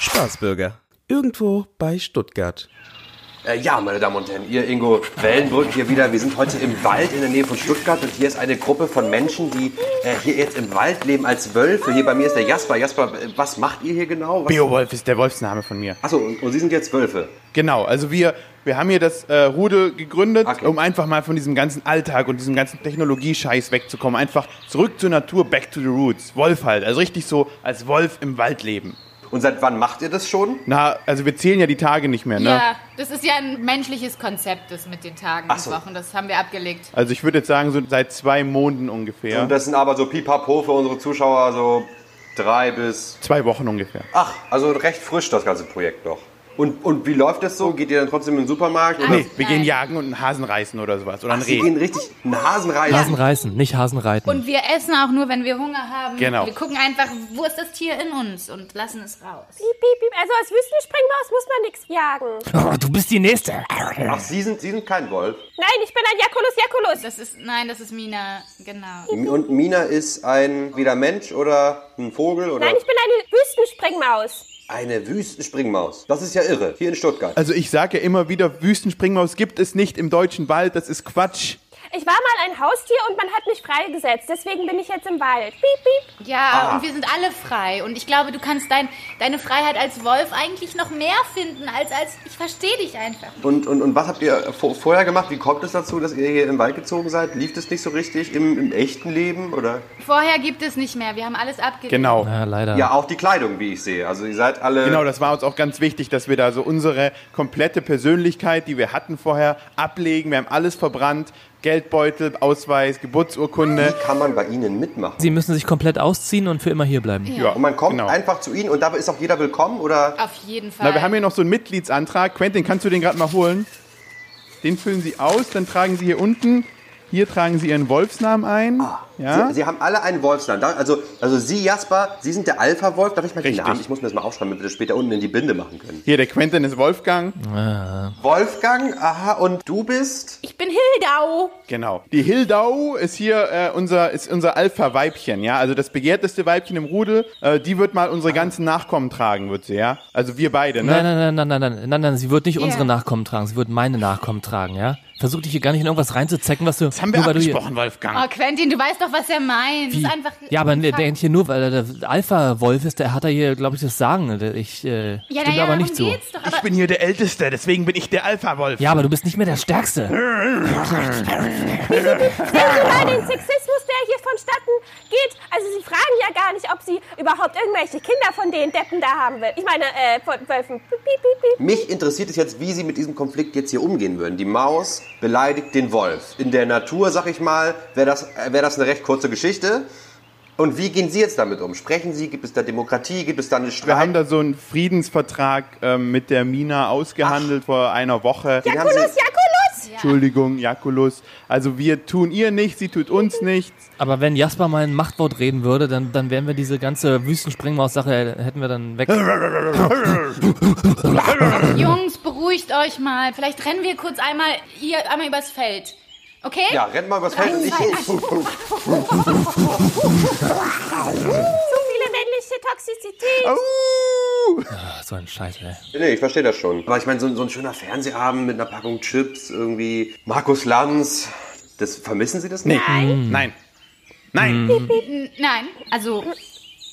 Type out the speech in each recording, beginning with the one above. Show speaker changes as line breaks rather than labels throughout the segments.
Staatsbürger. Irgendwo bei Stuttgart.
Äh, ja, meine Damen und Herren, ihr Ingo Wellenbrück hier wieder. Wir sind heute im Wald in der Nähe von Stuttgart und hier ist eine Gruppe von Menschen, die äh, hier jetzt im Wald leben als Wölfe. Hier bei mir ist der Jasper. Jasper, äh, was macht ihr hier genau? Was-
Beowulf ist der Wolfsname von mir.
Achso, und, und Sie sind jetzt Wölfe.
Genau, also wir, wir haben hier das äh, Rudel gegründet,
Okay.
um einfach mal von diesem ganzen Alltag und diesem ganzen Technologiescheiß wegzukommen. Einfach zurück zur Natur, back to the roots. Wolf halt, also richtig so als Wolf im Wald leben.
Und seit wann macht ihr das schon?
Na, also wir zählen ja die Tage nicht mehr, ne?
Ja, das ist ja ein menschliches Konzept, das mit den Tagen
Ach
und
so.
Wochen. Das haben wir abgelegt.
Also ich würde jetzt sagen, so seit zwei Monaten ungefähr.
Und das sind aber so pipapo für unsere Zuschauer so drei bis...
zwei Wochen ungefähr.
Ach, also recht frisch das ganze Projekt noch. Und, und wie läuft das so? Geht ihr dann trotzdem in den Supermarkt? Oder?
Nee, wir gehen jagen und einen Hasen reißen oder sowas. Oder einen
Sie
Reh.
gehen richtig einen Hasen rein.
Hasen reißen, nicht Hasen reiten.
Und wir essen auch nur, wenn wir Hunger haben.
Genau.
Wir gucken einfach, wo ist das Tier in uns und lassen es raus.
Piep, piep, piep. Also als Wüstenspringmaus muss man nichts jagen.
oh, du bist die Nächste.
Ach, Sie sind, Sie sind kein Wolf.
Nein, ich bin ein Jakulus Jakulus.
Das ist, nein, das ist Mina, genau.
Und Mina ist ein wieder Mensch oder ein Vogel oder
Nein, ich bin eine Wüstenspringmaus.
eine Wüstenspringmaus. Das ist ja irre. Hier in Stuttgart.
Also ich sage ja immer wieder, Wüstenspringmaus gibt es nicht im deutschen Wald, das ist Quatsch.
Ich war mal ein Haustier und man hat mich freigesetzt. Deswegen bin ich jetzt im Wald. Piep,
Ah.
piep.
Ja, und wir sind alle frei. Und ich glaube, du kannst dein, deine Freiheit als Wolf eigentlich noch mehr finden, als als ich verstehe dich einfach.
Und, und, und was habt ihr vor, vorher gemacht? Wie kommt es dazu, dass ihr hier im Wald gezogen seid? Lief das nicht so richtig im, im echten Leben? Oder?
Vorher gibt es nicht mehr. Wir haben alles abgelegt.
Genau.
Ja, leider.
Ja, auch die Kleidung, wie ich sehe. Also ihr seid alle.
Genau, das war uns auch ganz wichtig, dass wir da so unsere komplette Persönlichkeit, die wir hatten vorher, ablegen. Wir haben alles verbrannt. Geldbeutel, Ausweis, Geburtsurkunde.
Wie kann man bei ihnen mitmachen?
Sie müssen sich komplett ausziehen und für immer hier bleiben.
Ja,
Und man kommt
genau.
einfach zu ihnen und dabei ist auch jeder willkommen oder?
Auf jeden Fall.
Na, wir haben hier noch so einen Mitgliedsantrag. Quentin, kannst du den gerade mal holen? Den füllen Sie aus, dann tragen Sie hier unten, hier tragen Sie Ihren Wolfsnamen ein. ja?
Sie, Sie haben alle einen Wolfsnamen. Da- Also, also Sie, Jasper, Sie sind der Alpha-Wolf. Darf ich mal
Richtig.
den Namen? Ich muss mir das mal aufschreiben, damit wir das später unten in die Binde machen können.
hier, der Quentin ist Wolfgang.
Wolfgang, aha, und du bist?
Ich bin Hildau.
Genau. Die Hildau ist hier äh, unser, ist unser Alpha-Weibchen, ja. Also das begehrteste Weibchen im Rudel. Äh, die wird mal unsere ganzen Nachkommen tragen, wird sie, ja. Also wir beide, ne?
Nein, nein, nein, nein, nein, nein, nein, nein, sie wird nicht unsere
Ja.
Nachkommen tragen, sie wird meine Nachkommen tragen, ja? Versuch dich hier gar nicht in irgendwas reinzuzecken, was du.
Das haben wir
nur, weil du hier-
abgesprochen, Wolfgang.
Oh, Quentin, du weißt doch, was er meint.
Wie?
Das ist einfach
ja, aber ne, der
Fuck.
denkt hier nur, weil er der Alpha-Wolf ist, der hat da hier, glaube ich, das Sagen. Ich äh,
Ja,
stimme
naja,
aber
darum
nicht zu.
geht's doch. Aber
Ich bin hier der Älteste, deswegen bin ich der Alpha-Wolf.
Ja, aber du bist nicht mehr der Stärkste.
Sehen Sie mal den Sexismus, der hier vonstatten geht. Also Sie fragen ja gar nicht, ob Sie überhaupt irgendwelche Kinder von den Deppen da haben will. Ich meine, äh, von Wölfen. Piep, piep, piep, piep.
Mich interessiert es jetzt, wie sie mit diesem Konflikt jetzt hier umgehen würden. Die Maus beleidigt den Wolf. In der Natur, sag ich mal, wäre das, äh, wär das eine recht kurze Geschichte. Und wie gehen Sie jetzt damit um? Sprechen Sie? Gibt es da Demokratie? Gibt es da eine
Wir haben
Streit?
da so einen Friedensvertrag ähm, mit der Mina ausgehandelt vor einer Woche.
Den haben
Jakulus,
Sie-
Jakulus.
Entschuldigung, Jakulus. Also wir tun ihr nichts, sie tut uns nichts.
Aber wenn Jasper mal ein Machtwort reden würde, dann, dann wären wir diese ganze Wüstenspringmaus-Sache, äh, hätten wir dann weg.
Jungs, beruhigt euch mal. Vielleicht rennen wir kurz einmal hier einmal übers Feld. Okay?
Ja, rennt mal übers Feld. und Ich,
Zu viele männliche Toxizität.
Oh. Au!
Ach, so ein Scheiß, ey.
nee, ich verstehe das schon. Aber ich meine, so, so ein schöner Fernsehabend mit einer Packung Chips, irgendwie Markus Lanz. Das, vermissen Sie das nicht?
Nein. Nein. Nein.
Nein, also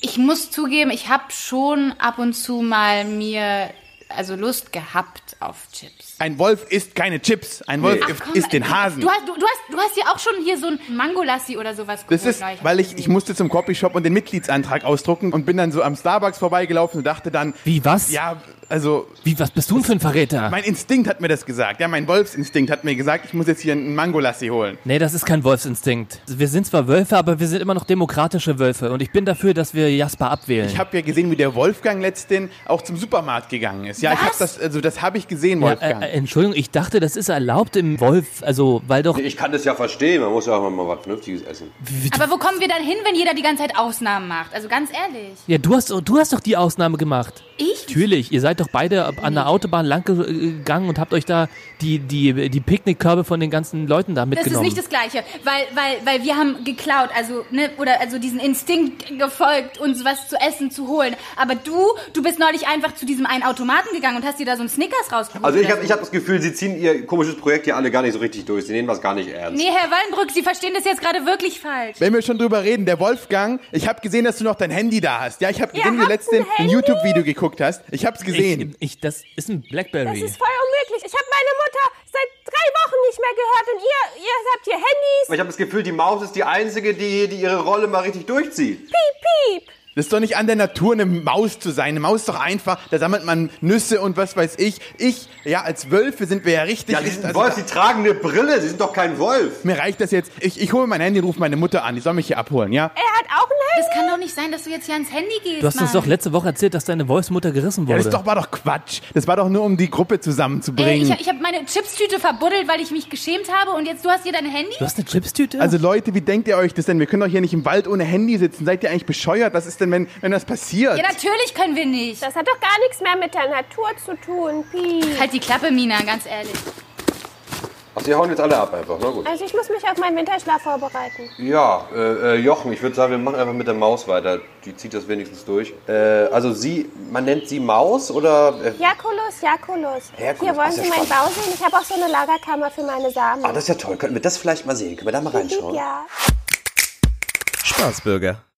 ich muss zugeben, ich habe schon ab und zu mal mir also Lust gehabt auf Chips.
Ein Wolf isst keine Chips. Ein Wolf
Nee.
Komm,
isst den
du-
Hasen.
Du hast, du, du, hast, du hast ja auch schon hier so ein Mangolassi oder sowas
Das
geholt,
ist,
ne? hab
weil ich,
gesehen.
ich musste zum Copyshop und den Mitgliedsantrag ausdrucken und bin dann so am Starbucks vorbeigelaufen und dachte dann,
Wie, was?
ja, also
Wie, was bist du denn für ein Verräter?
mein Instinkt hat mir das gesagt. Ja, mein Wolfsinstinkt hat mir gesagt, ich muss jetzt hier einen Mangolassi holen.
Nee, das ist kein Wolfsinstinkt. Wir sind zwar Wölfe, aber wir sind immer noch demokratische Wölfe. Und ich bin dafür, dass wir Jasper abwählen.
Ich habe ja gesehen, wie der Wolfgang letztens auch zum Supermarkt gegangen ist. Ja, ich hab
Was?
das, also das habe ich gesehen,
ja,
Wolfgang.
äh, äh, Entschuldigung, ich dachte, das ist erlaubt im Wolf. Also, weil doch.
Ich kann das ja verstehen. Man muss ja auch mal was Vernünftiges essen.
Aber wo kommen wir dann hin, wenn jeder die ganze Zeit Ausnahmen macht? Also ganz ehrlich.
Ja, du hast, du hast doch die Ausnahme gemacht.
Ich?
Natürlich, ihr seid doch doch beide ab- an der Autobahn lang ge- äh, gegangen und habt euch da die, die, die Picknickkörbe von den ganzen Leuten da
Das ist
mitgenommen.
nicht das Gleiche, weil, weil, weil wir haben geklaut, also, ne, oder also diesen Instinkt gefolgt, uns was zu essen zu holen. Aber du, du bist neulich einfach zu diesem einen Automaten gegangen und hast dir da so einen Snickers rausgeholt.
Also ich
oder
habe
so.
ich hab das Gefühl, sie ziehen ihr komisches Projekt hier alle gar nicht so richtig durch. Sie nehmen das gar nicht ernst.
Nee, Herr Wallenbrück, Sie verstehen das jetzt gerade wirklich falsch.
Wenn wir schon drüber reden, der Wolfgang, ich habe gesehen, dass du noch dein Handy da hast. Ja, ich habe
Ihr
gesehen, wie du
habt
letztens
ein
ein
Handy?
YouTube-Video geguckt hast. Ich habe es gesehen.
Ich, ich, das ist ein
Das
Blackberry.
ist voll unmöglich. Ich habe meine Mutter seit drei Wochen nicht mehr gehört und ihr, ihr habt hier Handys.
Aber ich habe das Gefühl, die Maus ist die einzige, die, die ihre Rolle mal richtig durchzieht.
Piep, piep.
Das ist doch nicht an der Natur, eine Maus zu sein. Eine Maus ist doch einfach. Da sammelt man Nüsse und was weiß ich. Ich, ja, als Wölfe sind wir ja richtig.
Ja, die sind
also,
Wolf, die tragen eine Brille, sie sind doch kein Wolf.
mir reicht das jetzt. Ich, ich hole mein Handy und rufe meine Mutter an. Die soll mich hier abholen, ja?
Er hat auch ein Handy.
Das kann doch nicht sein, dass du jetzt hier ans Handy gehst.
du hast uns
Mann.
doch letzte Woche erzählt, dass deine Wolfsmutter gerissen
Ja,
wurde.
das ist doch, war doch Quatsch. Das war doch nur, um die Gruppe
Ey,
zusammenzubringen.
ich, ich habe meine Chipstüte verbuddelt, weil ich mich geschämt habe und jetzt du hast hier dein Handy?
du hast eine Chipstüte?
also Leute, wie denkt ihr euch das denn? Wir können doch hier nicht im Wald ohne Handy sitzen. Seid ihr eigentlich bescheuert? Was ist denn, wenn, wenn das passiert?
Ja, natürlich können wir nicht.
Das hat doch gar nichts mehr mit der Natur zu tun. Piep.
Halt die Klappe, Mina, ganz ehrlich.
Also die hauen jetzt alle ab einfach, na gut.
Also ich muss mich auf meinen Winterschlaf vorbereiten.
Ja, äh, äh, Jochen, ich würde sagen, wir machen einfach mit der Maus weiter. Die zieht das wenigstens durch. Äh, also sie, man nennt sie Maus oder... Äh,
Jakulus, Jakulus.
Herkules,
Hier wollen
das ist
Sie
ja
meinen Bau
spannend.
sehen? Ich habe auch so eine Lagerkammer für meine Samen.
Ah, das ist ja toll. Könnten wir das vielleicht mal sehen? Können wir da mal reinschauen?
ja.
Spaßbürger.